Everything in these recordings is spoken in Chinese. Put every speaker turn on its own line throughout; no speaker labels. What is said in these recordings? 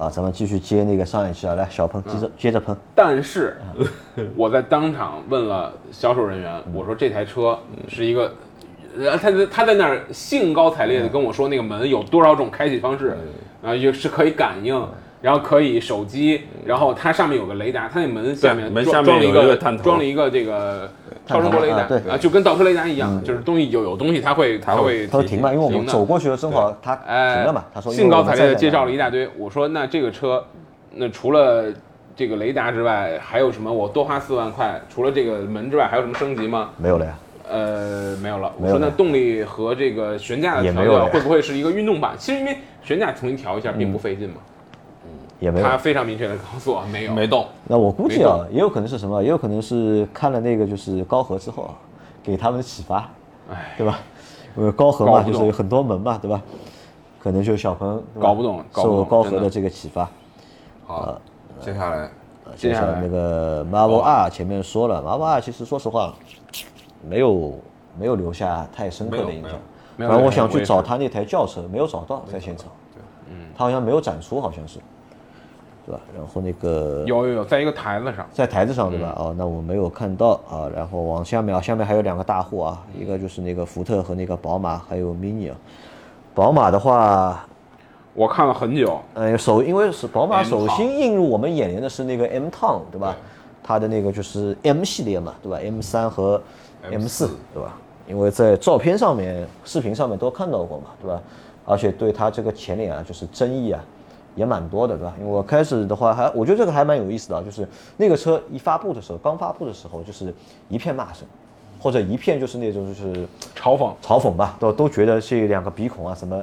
啊，咱们继续接那个上一期啊，来小鹏
嗯
接着、接着喷，
但是我在当场问了销售人员，我说这台车是一个，然后他在他在那儿兴高采烈的跟我说那个门有多少种开启方式，啊，也是可以感应。然后可以手机，然后它上面有个雷达，它那门下面
对门
装
下
装
面
了
有
一
一
个
个探头
装了一个这个超声波雷达
啊对
啊，就跟倒车雷达一样，就是东西有有东西它会它
会
会
他说停吧，因为我们
停的
走过去了，正好啊他
哎，
停了嘛，他说因为
兴高
我们
采烈的
站在
介绍
那
了一大堆。我说那这个车，那除了这个雷达之外，还有什么？我多花四万块，除了这个门之外，还有什么升级吗？
没有了呀，
呃，没有了。我
没有
说
了
那动力和这个悬架的
也
调
没有了
教
呀
会不会是一个运动版？其实因为悬架重新调一下并不费劲嘛，
也没有
他。非常明确的告诉我没有，
没动，
那我估计
没
啊，也有可能是什么，也有可能是看了那个就是高和之后啊，给他们启发，对吧？呃，高和
哎搞
嘛，就
不
是
懂
有很多门嘛，对吧？可能就是小鹏对吧
搞不懂搞不
受
懂
高
真
和
的
的这个启发。
好，接下来
呃
接
就
下
像
来
那个 Marvel 二前面说了，Marvel 二其实说实话，没有没有留下太深刻的印象。
没有没有
然后
没有
我想
我
去
也是
找他那台轿车，没有找到，在现场。嗯，他好像没有展出，好像是，对吧？然后那个
有有有，在一个台子上，
在台子上对
嗯
吧？哦，那我没有看到啊。然后往下面啊，下面还有两个大户啊，一个就是那个福特和那个宝马，还有 Mini 啊。宝马的话，
我看了很久，
呃，首因为是宝马
M
首先映入我们眼帘的是那个 M Town 对吧？它的那个就是 M 系列嘛，对吧？M 三和 M 四对吧？因为在照片上面、视频上面都看到过嘛，对吧？而且对它这个前脸啊，就是争议啊，也蛮多的，对吧？因为我开始的话还，我觉得这个还蛮有意思的啊，就是那个车一发布的时候，刚发布的时候就是一片骂声，或者一片就是那种就是
嘲讽
嘲讽吧，都都觉得这两个鼻孔啊什 么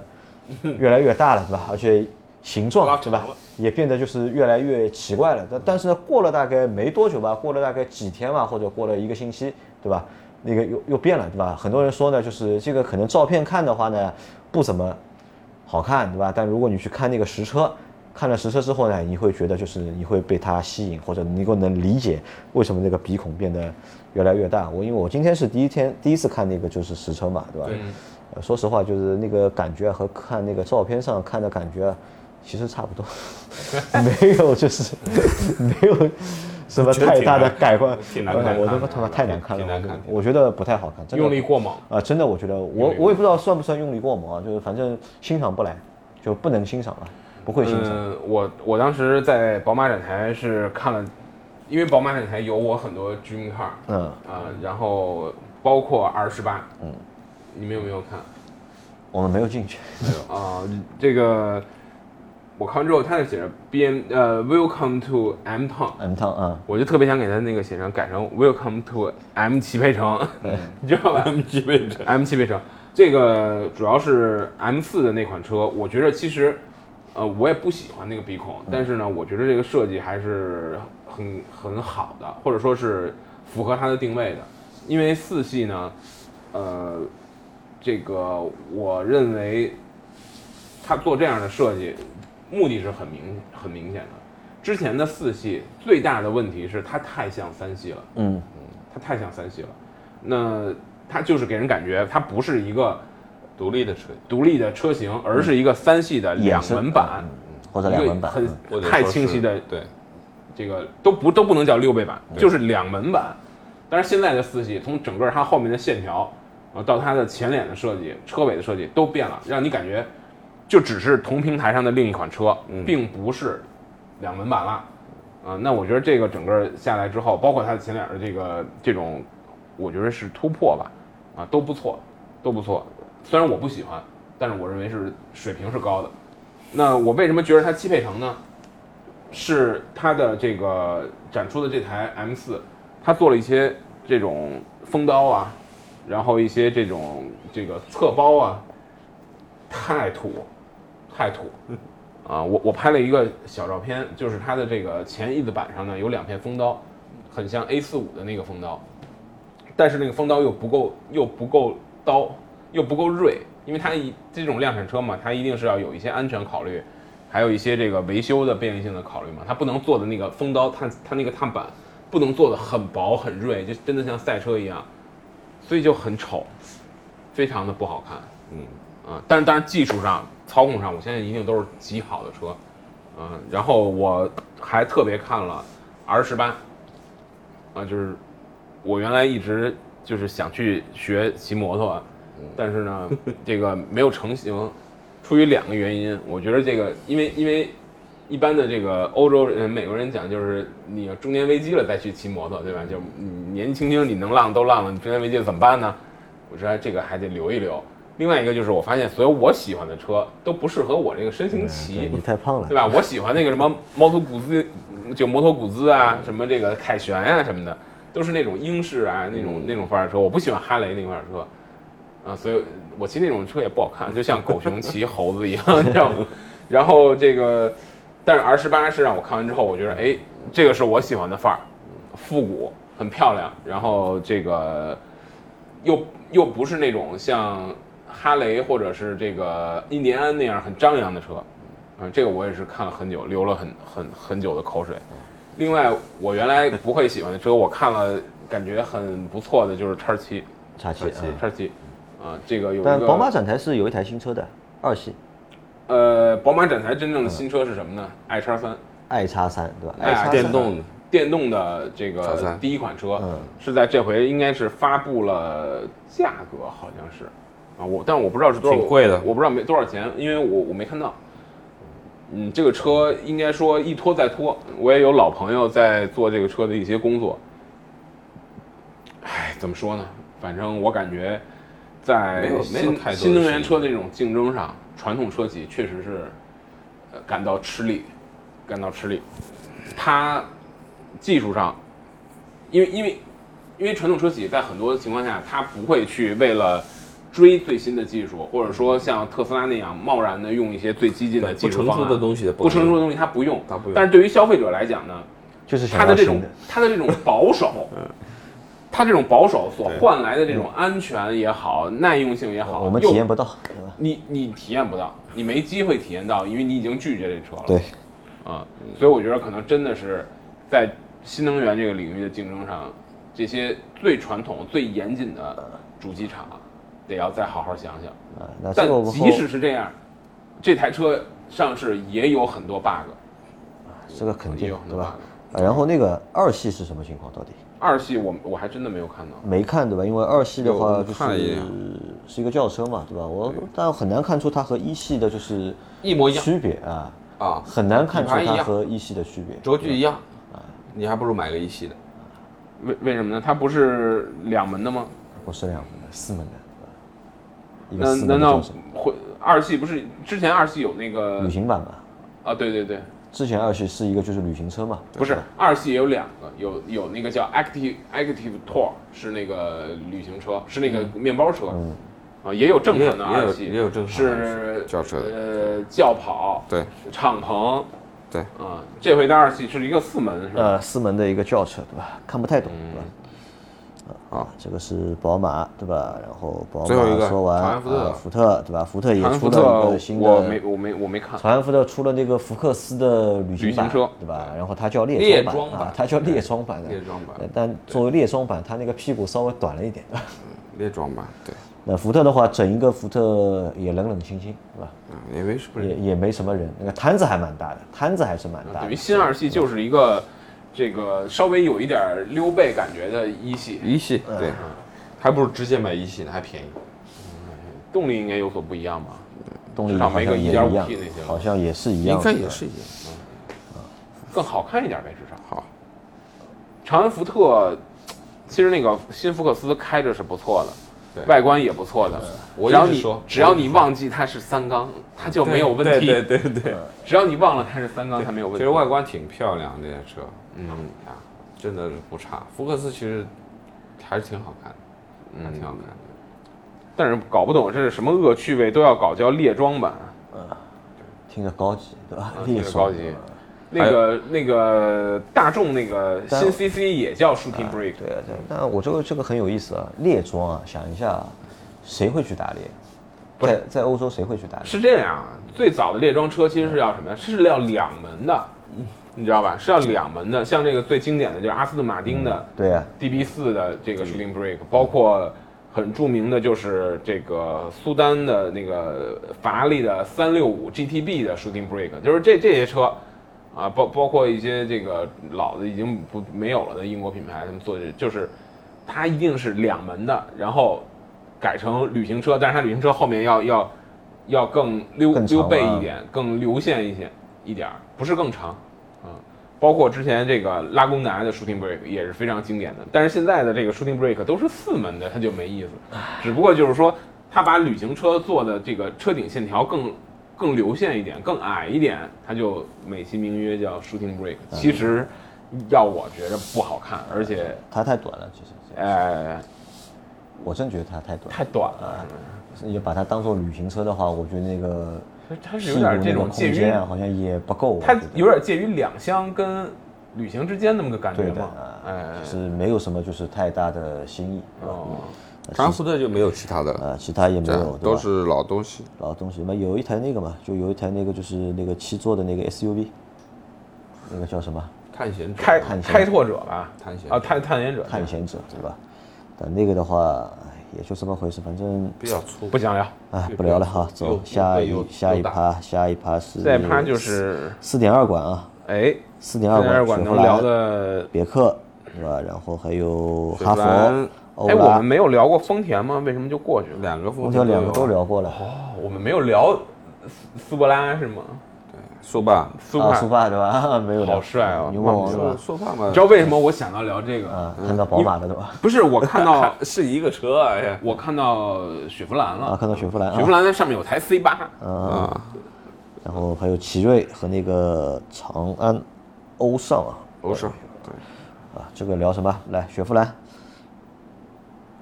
越来越大了，对吧？而且形
拉
状对
长
吧
了，
也变得就是越来越奇怪了。但但是呢，过了大概没多久吧，过了大概几天吧，或者过了一个星期，对吧？那个又又变了，对吧？很多人说呢，就是这个可能照片看的话呢，不怎么好看，对吧？但如果你去看那个实车，看了实车之后呢，你会觉得就是你会被它吸引，或者能够能理解为什么那个鼻孔变得越来越大。我因为我今天是第一天第一次看那个就是实车嘛，对吧？呃说实话，就是那个感觉和看那个照片上看的感觉，其实差不 多，没有就是没有什么太大的改观。
挺难看
我他妈
挺难
他妈
看
太难看了，
挺难看
我觉得我觉得不太好看，真的
用力过猛，
啊，真的，我觉得我我也不知道算不算用力过猛啊，就是反正欣赏不来，就不能欣赏了，不会欣赏。
嗯，我我当时在宝马展台是看了，因为宝马展台有我很多 dream car，
嗯，
啊、然后包括 R 十八，嗯，你们有没有看？
我们没有进去。
啊、这个我看完之后，他是写着 B M 呃 Welcome to M Town，
M 汤啊，
我就特别想给他那个写上改成 Welcome to M 汽配城， 你知道吧
，M G 位置，
？M 汽配城这个主要是 M 四的那款车，我觉得其实呃我也不喜欢那个鼻孔，但是呢，我觉得这个设计还是很很好的，或者说是符合它的定位的，因为四系呢，呃，这个我认为他做这样的设计，目的是很明很明显的。之前的四系最大的问题是它太像三系了，
嗯，
它太像三系了。那它就是给人感觉它不是一个
独立的车，
独立的车型，而是一个三系的两门版，
或者
一
两
个
门版。嗯
或
很
者
太
说
清晰
是
的
对，
这个都不都不能叫溜背版，
对
就是两门版。但是现在的四系，从整个它后面的线条，啊，到它的前脸的设计、车尾的设计都变了，让你感觉就只是同平台上的另一款车，并不是两门版了。啊、那我觉得这个整个下来之后，包括它的前脸的这个这种，我觉得是突破吧，啊，都不错，都不错。虽然我不喜欢，但是我认为是水平是高的。那我为什么觉得它汽配城呢？是它的这个展出的这台 M 四，它做了一些这种风刀啊，然后一些这种这个侧包啊，太土，太土。啊，我我拍了一个小照片，就是它的这个前翼子板上呢有两片风刀，很像 A 4 5的那个风刀，但是那个风刀又不够又不够刀又不够锐，因为它一这种量产车嘛，它一定是要有一些安全考虑，还有一些这个维修的便利性的考虑嘛，它不能做的那个风刀碳它那个碳板不能做的很薄很锐，就真的像赛车一样，所以就很丑，非常的不好看。
嗯，
啊，但是当然技术上、操控上，我相信一定都是极好的车。嗯，然后我还特别看了 R 十八，啊，就是我原来一直就是想去学骑摩托，但是呢，这个没有成型，出于两个原因，我觉得这个因为因为一般的这个欧洲人、美国人讲就是你有中年危机了再去骑摩托，对吧？就你年纪轻轻你能浪都浪了，你中年危机了怎么办呢？我说哎这个还得留一留。另外一个就是我发现所有我喜欢的车都不适合我这个身形骑，
你太胖了
对。吧？我喜欢那个什么猫头古兹，就摩托古兹啊，什么这个凯旋啊什么的，都是那种英式啊那种那种范儿的车。我不喜欢哈雷那块儿的车，啊，所以我骑那种车也不好看，就像狗熊骑猴子一样， 你知道吗？然后这个，但是 R 十八是让我看完之后，我觉得哎，这个是我喜欢的范儿，复古，很漂亮，然后这个又又不是那种像哈雷或者是这个印第安那样很张扬的车，嗯，这个我也是看了很久，流了很很很久的口水。另外，我原来不会喜欢的车，我看了感觉很不错的就是叉七，
叉七啊，
叉七，啊，这个有一
但
个
宝马展台是有一台新车的，二系
呃，宝马展台真正的新车是什么呢？i 叉三，
i 叉三对吧？
哎
i 叉
电动的，
电动的这
叉
个
三
第一款车
嗯，
是在这回应该是发布了价格，好像是啊，我但我不知道是多少，
挺贵的
我不知道没多少钱，因为我我没看到。嗯，这个车应该说一拖再拖，我也有老朋友在做这个车的一些工作。
哎
唉，怎么说呢？反正我感觉，在
没有没有
新
太多的
新能源
事情
车的这种竞争上，传统车企确实是呃感到吃力，感到吃力。它技术上，因为因为因为传统车企在很多情况下，它不会去为了追最新的技术，或者说像特斯拉那样贸然的用一些最激进的
对不
技术
成
方
熟
案。
的东西的
不成熟的东西它不用，
它不用
但是对于消费者来讲呢，
就是想
它的
要嗯
这
新
种它的这种保守， 它这种保守所换来的这种安全也好，耐用性也好，
嗯我们
啊又
体验不到，对吧？
你你体验不到，你没机会体验到，因为你已经拒绝这车了。
对，
啊，所以我觉得可能真的是在新能源这个领域的竞争上，这些最传统、最严谨的主机厂，得要再好好想想。
啊，那这
但
个我们后
即使是这样，这台车上市也有很多 bug，
这个肯
也
定
有很
对
多 bug
吧？？啊然后那个二系是什么情况？到底
二系我我还真的没有看到，
没看对吧？因为二系的
有
话
我
就
看了一
是
眼
是一个轿车嘛，对吧？我但很难看出它和一系的就是
一模一样，
区别啊，
啊，
很难看出
品牌一
它
样
和一系的区别。
轴距一样，你还不如买个一系的。
为为什么呢？它不是两门的吗？
我是两门的，四门的，对吧一个
那呃
四门
难
的
道
轿车
会二系不是之前二系有那个
嗯
旅行版嘛？
啊？对对对，
之前二系是一个就是旅行车嘛，
不是二系也有两个，有有那个叫 Active Active Tour 是那个旅行车，是那个面包车，啊也有正常的
嗯也有
二系，
也有正常
是
轿车的
呃轿跑
对
敞篷
对，
啊，这回的二系是一个四门是吧？
呃，四门的一个轿车，对吧？看不太懂，对吧？啊，这个是宝马，对吧？然后宝马
最后一个
说完，
长安福特
啊福特对吧？福特也
呃
长安
出
福
了一
特
个新的，
我没我没我没看，
长安福特出了那个福克斯的旅行版，
旅行车
对吧？然后它叫猎
猎装
装
版
版啊，它叫猎装版的，
猎装版
呃但作为猎装版，它那个屁股稍微短了一点， 对吧？
列装吧，对，
那福特的话，整一个福特也冷冷清清，对吧？
嗯，也没什么人
也也没什么人，那个摊子还蛮大的，摊子还是蛮大
等
的
于。新二系就是一个这个稍微有一点儿溜背感觉的一系，
一系对，还不如直接买一系呢，还便宜。
动力应该有所不一样吧？
动力
至少
好
没个
像也
1.5
一样
T 那些，了
好像也是一样的，
应该也是一样。
更好看一点呗，至少。
好，
长安福特，其实那个新福克斯开着是不错的，
对
外观也不错的。
我
只要
一直
你
说
只要你忘记它是三缸，它就没有问题。
对对对对，
只要你忘了它是三缸，它没有问
嗯其
题。
实外观挺漂亮，这台车
嗯，
啊，真的是不差。福克斯其实还是挺好看的，还挺好看的。
但是搞不懂这是什么恶趣味，都要搞叫猎装版，
听着高级，对吧？
这
猎
个
装
高级。那个那个大众那个
但
新 CC 也叫 Shooting Brake，
对啊，对啊。那我这个这个很有意思啊，猎装啊，想一下啊，谁会去打猎？在在欧洲谁会去打猎？
是这样，啊最早的列装车其实是要什么呀？是要两门的，你知道吧？是要两门的，像这个最经典的就是阿斯顿马丁的
对啊，
DB 四的这个 s h i l l i n g Brake，包括很很著名的就是这个苏丹的那个法拉利的三六五 GTB 的 shooting brake，就是这这些车啊，包包括一些这个老的已经不没有了的英国品牌，他们做的就是它一定是两门的，然后改成旅行车，但是它旅行车后面要要要更溜
更长
溜背
啊
一点，更流线一些一点儿，不是更长。嗯包括之前这个拉弓拿的 shooting break 也是非常经典的，但是现在的这个 shooting break 都是四门的，它就没意思。只不过就是说，它把旅行车做的这个车顶线条更更流线一点，更矮一点，它就美其名曰叫 shooting break。其
嗯
实要我觉着不好看，而且
它太短了，其实
呃
我真觉得它太短，
太短了，
你就把它当做旅行车的话，我觉得那个
它它是
屁
有
股
点这
那个
种介
空
于
间啊，好像也不够，我
它
觉得
有点介于两厢跟旅行之间那么个感觉
对的
嘛，
啊，
哎
就，是没有什么就是太大的新意啊
哦，
长安福特就没有其他的了，
啊，其他也没
这
有
样，
对
都
吧？
是老东西。
老东西嘛，有一台那个嘛，就有一台那个就是那个七座的那个 SUV，那个叫什么
探险者
开
探险
开拓者吧，
探险者
啊，探探险者，
探险者，对吧？但那个的话，哎也就这么回事，反正
比较粗，
不想聊。
啊
对
不聊了哈，
又
走
又
下
贵
一
又
下一
又大
趴，下一趴是
这一趴就是，
四点二馆啊，
哎，
四点二馆
二馆
雪
能
佛兰
聊的，
别克，对吧？然后还有
雪
哈
佛兰
佛、欧
哎，我们
拉，
没有聊过丰田吗？为什么就过去了？
两个
空
丰
调
田
两个都
有。啊
聊过了。啊
哦，我们没有聊斯斯伯拉是吗？
速霸，
苏
啊，
帕，
苏霸对吧？ 没有的
好帅哦
牛魔王
速
对吧？
速霸嘛
你知，道为什么我想到聊这个？
啊，看到宝马了对吧？
不是我看到
是一个车啊哎 呀
我看到雪佛兰
啊，
了，
看到雪佛兰
雪佛
啊，
兰那上面有台 C 八，
啊！
然后还有奇瑞和那个长安欧尚啊
欧尚，对，
啊，这个聊什么？来，雪佛兰，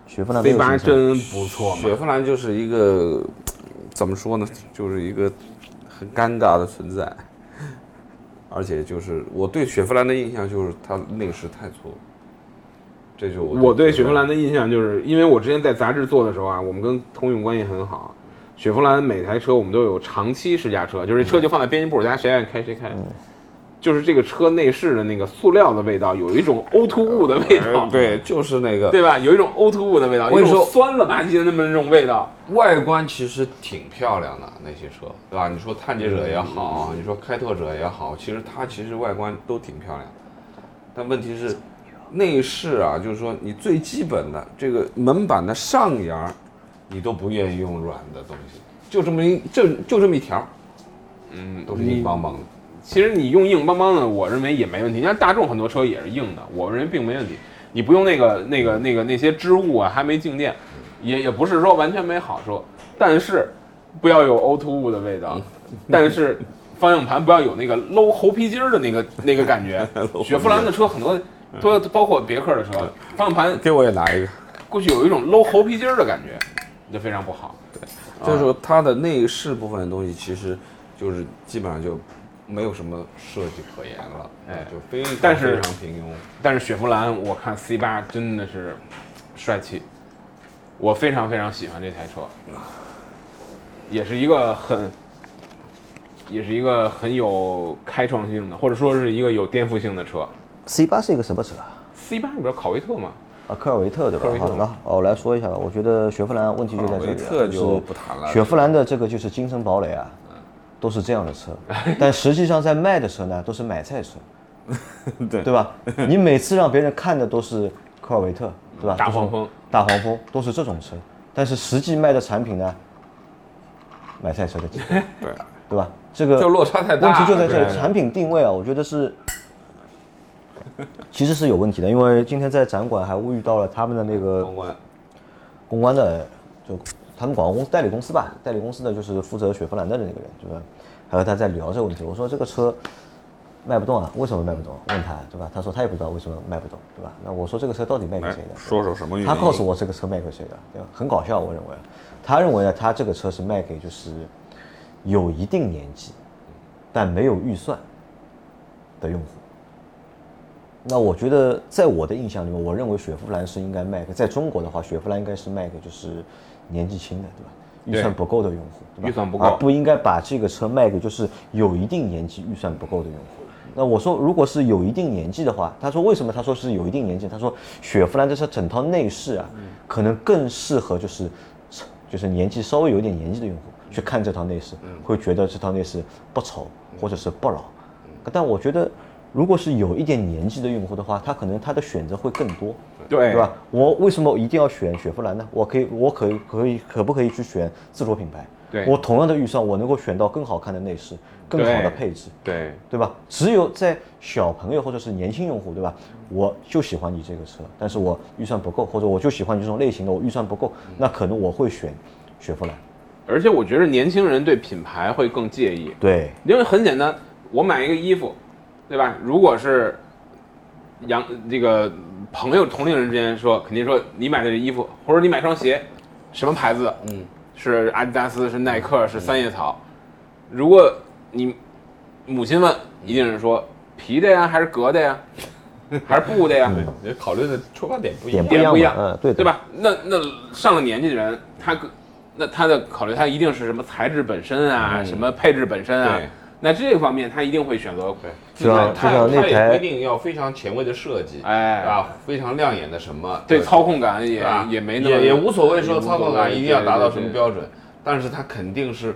雪佛兰没
c
有
八
新车
真不错嘛
雪。佛兰就是一个怎么说呢，就是一个很尴尬的存在，而且就是我对雪佛兰的印象就是它内饰太粗，这就是
我对雪佛兰
的
的印象就是，因为我之前在杂志做的时候啊，我们跟通用关系很好。雪佛兰每台车我们都有长期试驾车，就是这车就放在编辑部，大家谁爱开谁开。
嗯
就是这个车内饰的那个塑料的味道，有一种 O to O 的味道，
哎对，就是那个
对吧？有一种 O to O 的味道，
我
有
跟
一
你
种
说
酸了吧唧的那么那种味道。
外观其实挺漂亮的那些车，对吧？你说探界者也好，你说开拓者也好，其实它其实外观都挺漂亮的。但问题是，内饰啊，就是说你最基本的这个门板的上沿儿，你都不愿意用软的东西，就这么一就就这么一条儿，
嗯，
都是硬邦邦的。
其实你用硬邦邦的，我认为也没问题。像大众很多车也是硬的，我认为并没问题。你不用那个那个那个那些织物啊，还没静电，也也不是说完全没好处，但是不要有凹凸物的味道，但是方向盘不要有那个搂猴皮筋儿的那个那个感觉。雪佛兰的车很多，包包括别克的车，方向盘
给我也拿一个。
过去有一种搂猴皮筋儿的感觉，就非常不好。
就是说它的内饰部分的东西，其实就是基本上就没有什么设计可言了，
哎
就非常
但是
非常平庸。
但是雪佛兰，我看 C 八真的是帅气，我非常非常喜欢这台车，也是一个很，也是一个很有开创性的，或者说是一个有颠覆性的车。
C 八是一个什么车啊？
C 八里边考维特嘛，
啊，科尔维特对吧
科尔维？特
好的，哦我来说一下吧。我觉得雪佛兰问题就在这里、啊，
科尔维特就是不谈了嗯
雪佛兰的这个就是精神堡垒啊，都是这样的车，但实际上在卖的车呢，都是买菜车，
对
对吧？你每次让别人看的都是科尔维特，对吧？
大
都是
黄蜂，
大黄蜂都是这种车，但是实际卖的产品呢，买菜车的级别，
对，啊
对吧？这个
就落差太大
问
了。
题就在这
对
里，产品定位啊，我觉得是，其实是有问题的，因为今天在展馆还遇到了他们的那个
皇冠
公关的，就他们广告公司代理公司吧，代理公司的就是负责雪佛兰的那个人，就是还和他在聊这个问题，我说这个车。卖不动啊？为什么卖不动？问他，对吧？他说他也不知道为什么卖不动，对吧？那我说这个车到底卖给谁的？
哎说说什么
他告诉我这个车卖给谁的，对吧？很搞笑，我认为，他认为呢，他这个车是卖给就是有一定年纪，但没有预算的用户。那我觉得，在我的印象里面，我认为雪佛兰是应该卖给，在中国的话，雪佛兰应该是卖给就是年纪轻的，对吧？预算
对
不够的用户，对吧
预算不
而
够
不应该把这个车卖给就是有一定年纪、预算不够的用户。那我说，如果是有一定年纪的话，他说为什么？他说是有一定年纪，他说雪佛兰这车整套内饰啊，
嗯
可能更适合就是就是年纪稍微有点年纪的用户去看这套内饰，
嗯
会觉得这套内饰不丑或者是不老。但我觉得，如果是有一点年纪的用户的话，他可能他的选择会更多。
对
对吧？？我为什么一定要选雪佛兰呢？我可以，我可以，可以，可不可以去选自主品牌？
对
我同样的预算，我能够选到更好看的内饰，更好的
对
配置，
对，
对吧？只有在小朋友或者是年轻用户，对吧？我就喜欢你这个车，但是我预算不够，或者我就喜欢你这种类型的，我预算不够，
嗯
那可能我会选雪佛兰。
而且我觉得年轻人对品牌会更介意，
对，
因为很简单，我买一个衣服，对吧？如果是杨这个朋友同龄人之间说，肯定说你买的这衣服，或者你买双鞋，什么牌子？
嗯，
是阿迪达斯，是耐克，是三叶草。如果你母亲问，一定是说皮的呀，还是革的 呀，还是布的呀？
你考虑的出发点不一
点
样
不。
点
一样
不
嘛，
一样
嗯，对的
对？吧？那那上了年纪的人，他个那他的考虑，他一定是什么材质本身啊，
嗯
什么配置本身啊
对，
那这方面他一定会选择。
对，
是吧
它
就像那
它也
台
规定要非常前卫的设计，
啊哎
啊，非常亮眼的什么，
对
吧
操控感也
对吧
也没那么
也也无所谓说操控
也
感
无所谓
一定要达到什
对对
么
对
标准，但是它肯定是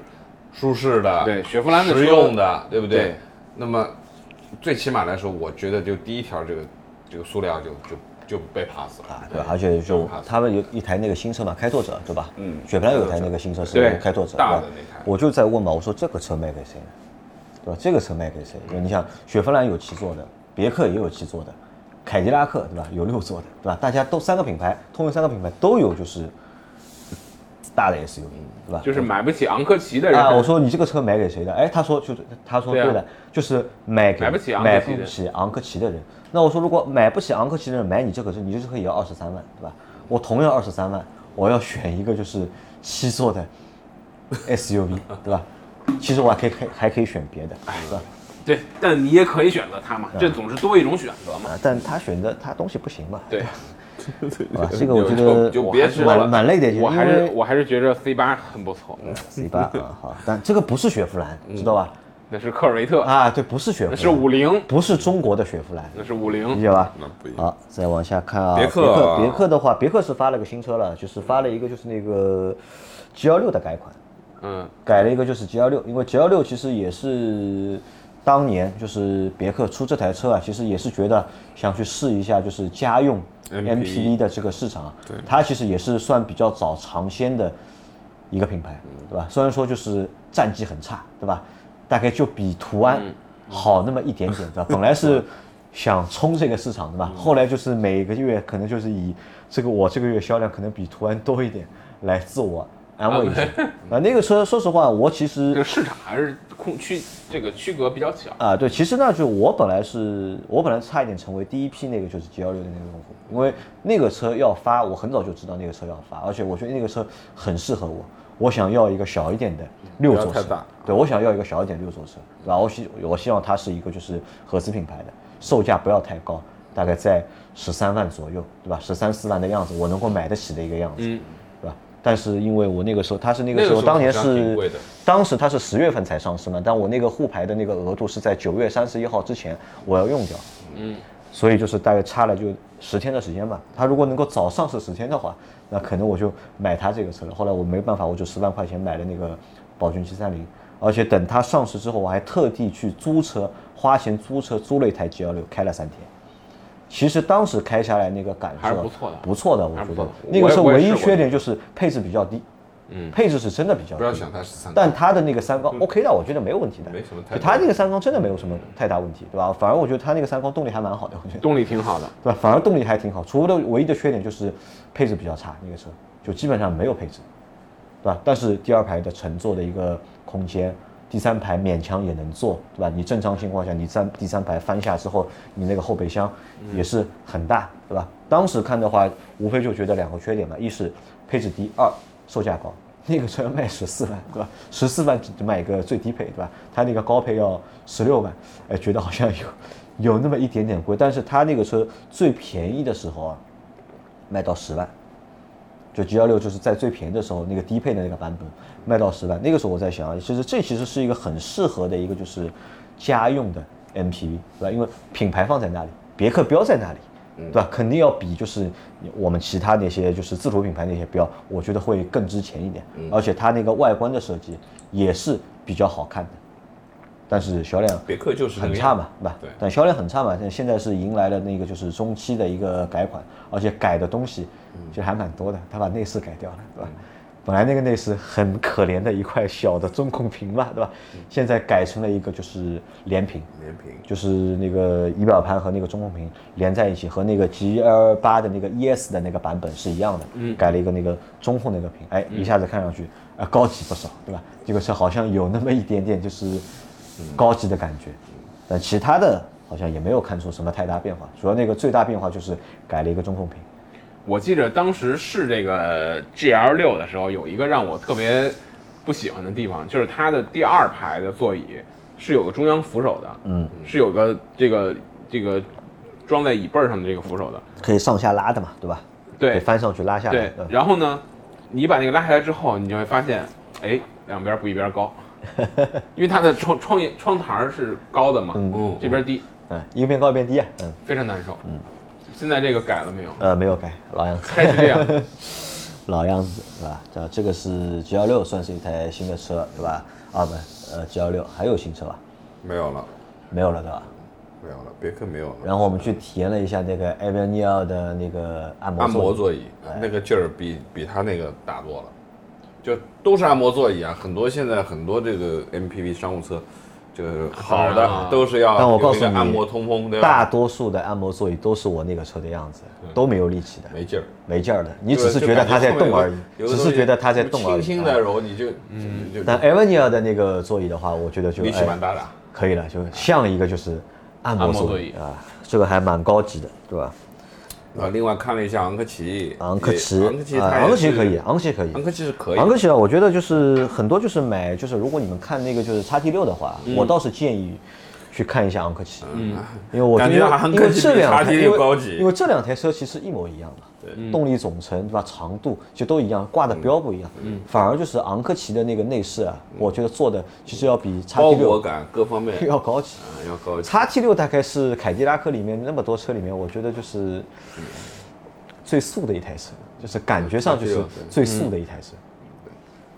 舒适的，
对雪佛兰的车
实用的，对不对？
对
那么最起码来说，我觉得就第一条这个这个塑料就就就被 pass 了
啊，对吧，而且就
怕死
他们有一台那个新车嘛，开拓者，对吧？
嗯
雪佛兰有一台那个新车是
对
开拓者，
大
对吧
的那台
我就在问嘛，我说这个车卖给谁呢？对吧？这个车卖给谁？因为你想，雪佛兰有七座的，别克也有七座的，凯迪拉克对吧？有六座的，对吧？大家都三个品牌，通用三个品牌都有就是大的 SUV，对吧？
就是买不起昂科旗的人，
啊，我说你这个车买给谁的？哎，他说就是他说
对
对
啊
的，就是买给
买不起昂
买
科旗的
不起昂科旗的人。那我说如果买不起昂科旗的人买你这个车，你这车也要二十三万，对吧？我同样二十三万，我要选一个就是七座的 SUV，对吧？其实我还可以还还可以选别的，
哎
对吧？
对，但你也可以选择它嘛，这总是多一种选择嘛。
啊，但他选择他东西不行嘛，
对，
啊，这个我觉
就
得
就
我
别
还是
说了
蛮蛮累的，因为
我还是我还是觉着 C 八很不错，
C 八啊好，但这个不是雪佛兰，知道吧？
那是科尔维特，
啊，对，不是雪佛
嗯那
兰，
是五菱，
不是中国的雪佛兰，
那是五菱
理。解吧？
那不一样
嗯好，再往下看啊，
别
别
克啊
克，别克的话，别克是发了个新车了，就是发了一个就是那个 G 1 6的改款，
嗯，
改了一个就是 G 1 6因为 G 1 6其实也是当年就是别克出这台车啊，其实也是觉得想去试一下就是家用 MPV 的这个市场啊，它其实也是算比较早尝鲜的一个品牌，对吧？虽然说就是战绩很差，对吧？大概就比途安好那么一点点，对吧？本来是想冲这个市场，对吧？后来就是每个月可能就是以这个我这个月销量可能比途安多一点来自我安慰一下。啊，那个车说实话，我其
这
实
个市场还是空区这个区隔比较小。
啊，对，其实那就我本来是我本来差一点成为第一批那个就是 G 幺六的那个用户，因为那个车要发，我很早就知道那个车要发，而且我觉得那个车很适合我，我想要一个小一点的六座
嗯不要
车
太大，
对我想要一个小一点六座车，对吧？我希我希望它是一个就是合资品牌的，售价不要太高，大概在十三万左右，对吧？十三四万的样子，我能够买得起的一个样子，
嗯
对吧？但是因为我那个时候，它是那
那
个
个
时候
时候
当年
好像挺
是
贵的
当时它是十月份才上市嘛，但我那个沪牌的那个额度是在九月三十一号之前我要用掉，
嗯，
所以就是大概差了就十天的时间吧。它如果能够早上市十天的话，那可能我就买它这个车了。后来我没办法，我就十万块钱买了那个宝骏七三零，而且等它上市之后，我还特地去租车，花钱租车租了一台 G 幺六，开了三天。其实当时开下来那个感受
还是不错的
不错的，我
还是
觉
不
得
错的
那个车
我也我也
唯一
试过
缺点就是配置比较低，
嗯
配置是真的比较低，
不要想它是三缸，
但它的那个三缸 OK 的，我觉得没有问题的，
没什么太
就
大
它那个三缸真的没有什么太大问题，对吧？反而我觉得它那个三缸动力还蛮好的，我觉得，
动力挺好的。
对吧？反而动力还挺好，除了唯一的缺点就是配置比较差，那个车就基本上没有配置，对吧？但是第二排的乘坐的一个空间，第三排勉强也能坐，对吧？你正常情况下，你三第三排翻下之后，你那个后备箱也是很大，对吧？当时看的话，无非就觉得两个缺点嘛，一是配置低，二售价高。 那个车要卖十四万，对吧？十四万只买一个最低配，对吧？它那个高配要十六万，哎，觉得好像有有那么一点点贵，但是它那个车最便宜的时候啊，卖到十万，就 G 幺六就是在最便宜的时候，那个低配的那个版本卖到十万，那个时候我在想啊，其实这其实是一个很适合的一个就是家用的 MPV，对吧？因为品牌放在那里，别克标在那里，对吧？肯定要比就是我们其他那些就是自主品牌那些标，我觉得会更值钱一点，而且它那个外观的设计也是比较好看的，但是销量
别克就是那
很
个
差
样
嘛，对吧？
对
但销量很差嘛，但现在是迎来了那个就是中期的一个改款，而且改的东西
嗯
其实还蛮多的，他把内饰改掉了，对吧？本来那个内饰很可怜的一块小的中控屏嘛，对吧？
嗯
现在改成了一个就是连屏，
子，连屏
就是那个仪表盘和那个中控屏连在一起，和那个 GL 八的那个 ES 的那个版本是一样的，
嗯
改了一个那个中控那个屏，哎，一下子看上去啊、呃高级不少，对吧？这个车好像有那么一点点就是
嗯
高级的感觉，但其他的好像也没有看出什么太大变化，主要那个最大变化就是改了一个中控屏，
我记着当时试这个 GL 六的时候，有一个让我特别不喜欢的地方，就是它的第二排的座椅是有个中央扶手的，
嗯，
是有个这个这个装在椅背儿上的这个扶手的，
可以上下拉的嘛，对吧？可以
对
翻上去拉下来
对，。
嗯
然后呢，你把那个拉下来之后，你就会发现，哎，两边不一边高，因为它的窗窗沿窗台儿是高的嘛，
嗯
这边低，
嗯，一个变高一个变低啊，嗯，
非常难受。嗯，现在这个改了没有？
呃，没有改，老样子。
还是这样。
老样子，对吧？这这个是 G 幺六，算是一台新的车，对吧？啊，不，呃，G 幺六还有新车吧？
没有了，
没有了，对吧？
没有了，别克没有了。
然后我们去体验了一下那个 a v a n i a 的那个按摩
按
座椅，
摩
哎
座椅，那个劲儿比比他那个大多了，就都是按摩座椅啊。很多现在很多这个 MPV 商务车，就是好
当然了
的都是要
啊但我
有
告
一
诉
个
你
按摩通风，对
大
吧？
多数的按摩座椅都是我那个车的样子，都没有力气的，
没劲儿，
没劲儿的。你
对
只是
就
觉得
感
它在
后
动
面有个
而已，
有个
只
东
是
西
觉得它在动而已。
轻轻的
啊
揉，你就嗯就
但 a v a n i a 的那个座椅的话，我觉得就
力气
哎
蛮大的。
可以了，就像一个就是按
按
摩
摩
座
座
椅
椅
啊，这个还蛮高级的，对吧？
啊，另外看了一下昂科旗，
昂科
也
旗，
昂科旗
啊
它也是，
昂科旗可以，昂科旗可以，
昂科旗是可以
昂，科旗啊，我觉得就是很多就是买，就是如果你们看那个就是叉 T 六的话，
嗯
我倒是建议去看一下昂科旗，嗯，因为我
感觉
因为
昂
因
科
为
旗
这
比
两台
XT6
因为
高级嗯
因为这两台车其实一模一样的，对，动力总成对吧，长度就都一样，挂的标不一样，
嗯
反而就是昂科旗的那个内饰啊，我觉得做的其实要比叉
包
T
裹
六
感各方面
要高级。
啊要高级。
叉 T 六大概是凯迪拉克里面那么多车里面，我觉得就是最素的一台车，就是感觉上就是
嗯
最素的一台车。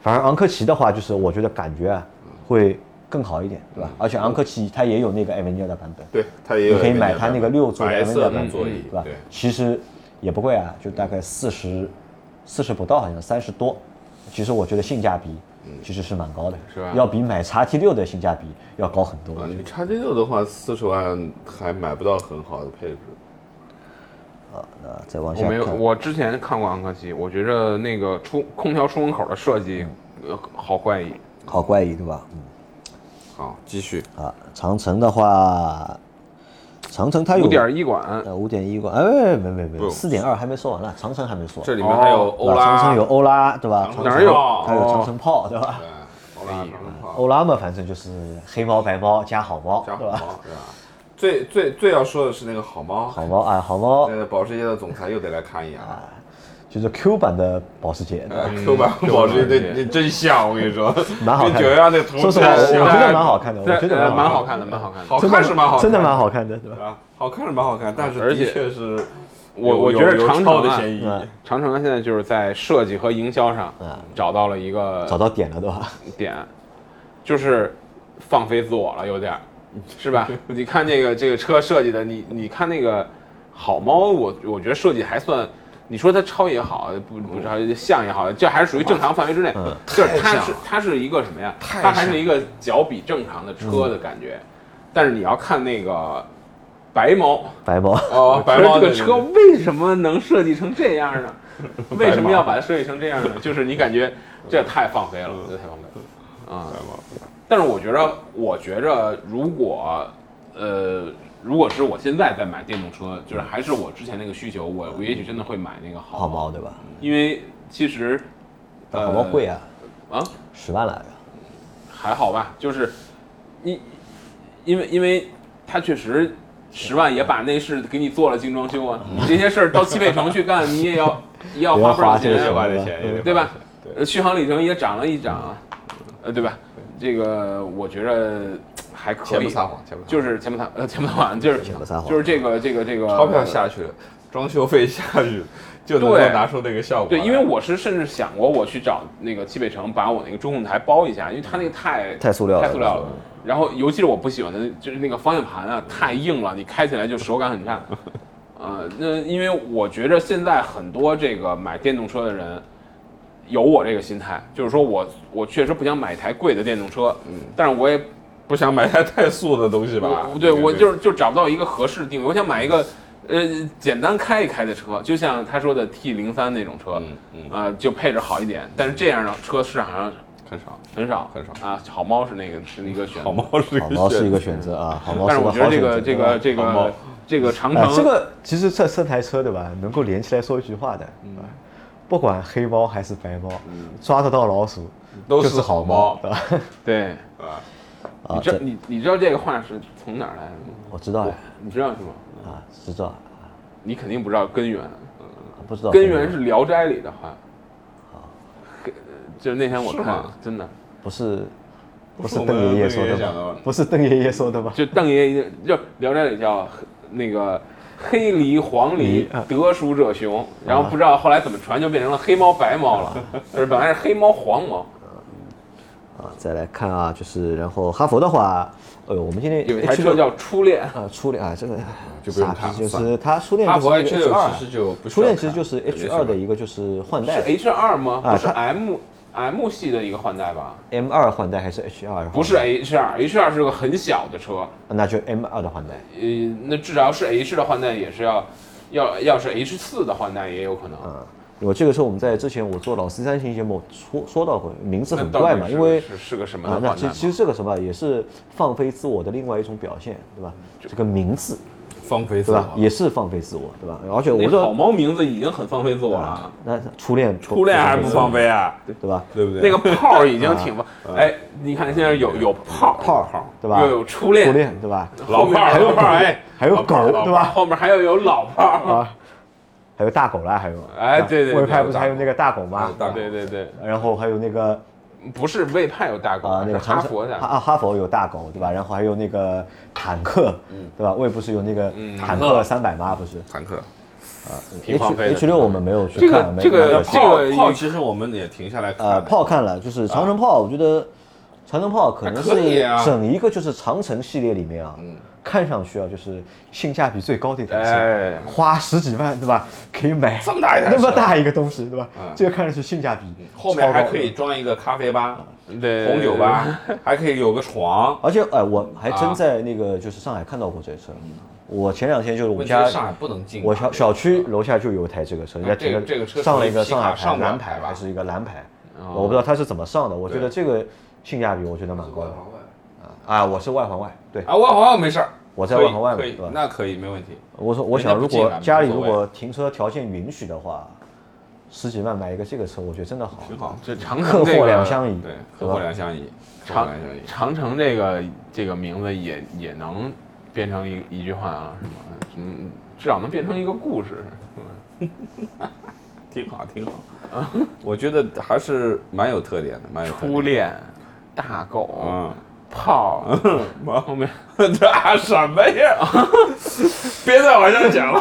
反而昂科旗的话，就是我觉得感觉啊
嗯
会更好一点，对吧？而且昂科旗它也有那个 a v e n i a 的版本，
对，它嗯也
你
有
可以
一
买
点
它那个
版
六座的 a v e
白
n i a
色
版
的
本，
座椅
对，吧
对，？
其实也不贵啊，就大概四十四十不到，好像三十多。其实我觉得性价比
嗯
其实是蛮高的，
是吧
要比买叉 T 六的性价比要高很多。我
啊，
觉得
你叉 T 六的话，四十万还买不到很好的配置。
呃，再往
我
下
没有，
看
我之前看过昂科旗，我觉着那个出空调出风口的设计，呃，好怪异。
好怪异，对吧？嗯
好，继续。
啊，长城的话，长城它有
五点一管，
呃五点一关，哎，没没没，
不
四点二还没说完呢，长城还没说。
这里面还有欧
对吧
拉，
长城有欧拉，对吧？
长城
长
哪
城
儿有
还有
哦
长城炮，对吧
对？欧拉长城
嗯
炮，
欧拉嘛，反正就是黑猫白猫加好猫，
加
对
好
吧？
猫，对吧？最最最要说的是那个好猫，
好猫啊，好猫
那个保时捷的总裁又得来看一眼了。
就是 Q 版的保时捷，对吧
哎 Q 版
嗯
保时捷那那真像，我跟你说，
蛮好看的
跟九幺幺那图
说实话，我
真像
我觉得蛮好看的，我
对
觉得
呃蛮
好
好看的，蛮好看的。
好看是蛮好看，
真的蛮好看的，对吧？
看啊，好看是蛮好看，但是
而
的
且
确是有，
我我
有
觉得
有
长城
抄的
啊
嫌疑。
嗯
长城现在就是在设计和营销上找到了一个
找到点了，对吧？
点，就是放飞自我了，有点儿，是 吧？你看这个这个车设计的，你你看那个好猫，我我觉得设计还算，你说它超也好，不不超像也好，这还是属于正常范围之内。 就是它
嗯太像
是
了
它是一个什么呀？
太
它还是
像嗯
一个脚比正常的车的感觉，但是你要看那个白猫。
白猫，
哦，白猫
我觉得
的
这个车为什么能设计成这样 呢？为什么要把它设计成这样呢？就是你感觉这太放飞了，这太放飞了啊！但是我觉着，我觉着如果呃，如果是我现在在买电动车，就是还是我之前那个需求，我我也许真的会买那个
好
好
猫，对吧？
因为其实
但好猫贵啊，
啊
十万来着。
还好吧，就是因因为因为它确实十万也把内饰给你做了精装修啊，
嗯
你这些事儿到汽配城去干，你也要也要花不少
也要
钱
花
啊，
花的钱，
对吧？呃续航里程也涨了一涨啊，呃，对吧？这个我觉着还可
钱
以
不，撒谎，钱不撒谎，
就是前不谈呃前不谈完就是
钱不撒谎
就是这个这个这个
钞票下去了，装修费下去了，就能够
对
拿出那个效果来。
对，因为我是甚至想过我去找那个西北城，把我那个中控台包一下，因为它那个太
太塑料了
太塑料了。然后尤其是我不喜欢的，就是那个方向盘啊，太硬了，你开起来就手感很差。呃，那因为我觉着现在很多这个买电动车的人，有我这个心态，就是说我我确实不想买一台贵的电动车，嗯，但是我也
不想买台太素的东西吧
我？对我就是就找不到一个合适的定位，我想买一个呃简单开一开的车，就像他说的 T 零三那种车，
嗯嗯
啊、就配置好一点。但是这样的车市场上
很少。
很少
很少
啊，好猫是那个是一个选择，
好猫是一
好
个
猫是一
选
个
择
选择啊，好猫
但
是
是
一个
我
好
觉得
选
这
择。啊
个这个这
好猫
个这个长
哎
城，，
这个其实这这台车对吧，能够连起来说一句话的，啊不管黑猫还是白猫，抓得到老鼠
都
就是好
好猫
对吧？
对，
啊，
啊
你，知道你你知道这个话是从哪儿来的吗？
我知道呀，
你知道是吗？
啊，知道，
你肯定不知道根源，
啊不知道
根源是《聊斋》里的话。
哦
根就是那天我
是
看
吗，
真的，
不是不
不
是
是
邓爷爷
我
说
们邓爷爷
的
讲的
吧
吧？
不是邓爷爷说的吧？
就邓爷一定就《聊斋》里叫那个黑狸黄狸
狸啊啊
得鼠者雄，然后不知道后来怎么传就变成了黑猫白猫了，就是本来是黑猫黄猫，
啊，再来看啊，就是然后哈佛的话，哎呦，我们今天
有一台
H6
车叫初恋，
啊初恋啊，这个
就不用
傻
看
逼，就
算
是它初恋
哈
就
佛
是
H
H
六
二，
其实就不需
初
要
恋
看
其实就是
感觉
H 二的一个就是换
是
代
H 二吗？
啊
不是
它
M M 系的一个换代吧？
，M 二换代还是 H 二？
不是哎 H 二，H 二是个很小的车，
那就 M 二的换代。
呃，那至少是 H 的换代也是要。要要是 H 四的换代也有可能，
啊，我这个车我们在之前我做老十三型节目说说到过，名字
那
很
到底
怪嘛，
是
因为
是是个什么
啊
的，
那
换代
其
吗？
其实这个什么也是放飞自我的另外一种表现，对吧？这个名字
放飞自
对吧，
我，
也是放飞自我，对吧？而且我
那好
说
猫名字已经很放飞自我了
啊，，那初恋
初恋还不放，飞啊？
对吧？
对不对？
那个 泡儿已经挺
啊
不，哎，你看现在有有泡儿
泡嗯儿对吧
又有初
初
恋，
恋对吧？
老
后面
炮儿
还有
老
泡
炮
儿，
儿
哎，
还有
老
狗
炮儿老
对
啊
吧？
后面还有有老炮儿，
啊，还有大狗啦，还有啊
哎对对对
魏派不
有
是
大
还有那个大狗
啊
吗？
大狗
对对对，
然后还有那个
不是魏派有大狗
啊，，那
是
个
哈
长
佛
城
的，
哈哈佛有大狗对吧？然后还有那个坦克，对吧？魏不是有那个坦
嗯坦克嗯
克三百吗？不是
坦克
挺荒
H
废的
H 六我们没有
这
去
个
看，没
这个
没有
这
去
个
炮
一
炮，其实我们也停下来看
呃
了
炮看了，就是长城炮，我觉得长城炮可能
还可以
是
啊嗯
整一个就是长城系列里面啊，看上去啊就是性价比最高的一台车。
哎，
花十几万对吧？可以买
这么大一台车
那么大一个东西对吧
嗯？
这个看上去性价比
嗯
后面还
超高
可以装一个咖啡吧、
对，
红酒 吧，还可以有个床。
而且哎，我还
啊
真在那个就是上海看到过这车。我前两天就是我
问
们
题是
家
上海不能进，
我小小区楼下就有一台这个车，人家
嗯啊这
停
个
了
这个车
上了一个
属于皮
上海牌
卡上不了
蓝
牌
牌
吧
还是一个蓝牌，
哦
我不知道它是怎么上的。我觉
对
得这个性价比我觉得蛮高的啊！我是外环外，对，
啊，万环没事儿，
我在
可以
万环外嘛
可以
对吧
那可以没问题。
我说我
人家
想
不
如
进
果
来嘛
家里
无所
如
谓
果停车条件允许的话，十几万买一个这个车，我觉得真的好，啊
挺好
这长
客
城这
货
个
两相宜，
对，
对
合伙
吧？
两相宜，合伙
长
两相宜。
长城这个这个名字也也能变成一一句话啊，什么嗯，至少能变成一个故事，
挺好，挺好。 我觉得还是蛮有特点的，蛮有特点
初恋，大狗，
啊，
泡儿，后面。
嗯 这啊什么呀？别再往下讲了。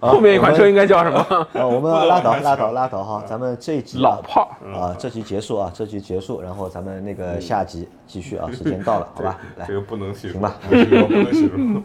啊
后面一款
我
车
们
应该叫什 么？
啊，我们
不能
拉
往
倒
下
拉
讲
倒拉倒哈，咱们这一集啊
老炮儿。
啊，这集结束啊，这集结束，然后咱们那个下集继续啊，时间到了，好吧，来
这。个不能叙述，
行吧
不能叙述，不能叙述。